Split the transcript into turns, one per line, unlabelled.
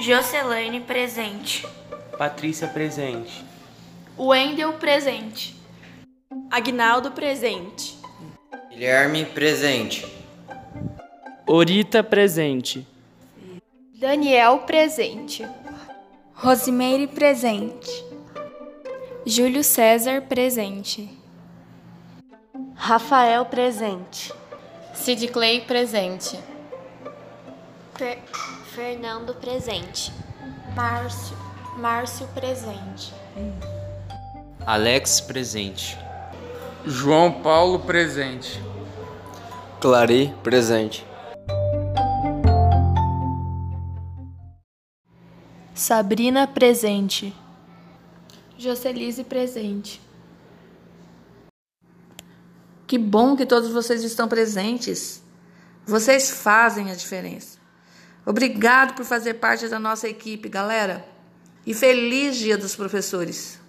Jocelane presente.
Patrícia presente.
Wendel presente. Agnaldo presente.
Guilherme presente.
Orita presente.
Daniel presente.
Rosimeire presente.
Júlio César presente.
Rafael presente.
Sid Clay presente.
Fer Fernando presente.
Márcio, Márcio presente.
Alex presente.
João Paulo presente.
Clary presente.
Sabrina presente.
Jocelise presente.
Que bom que todos vocês estão presentes. Vocês fazem a diferença. Obrigado por fazer parte da nossa equipe, galera. E feliz Dia dos Professores.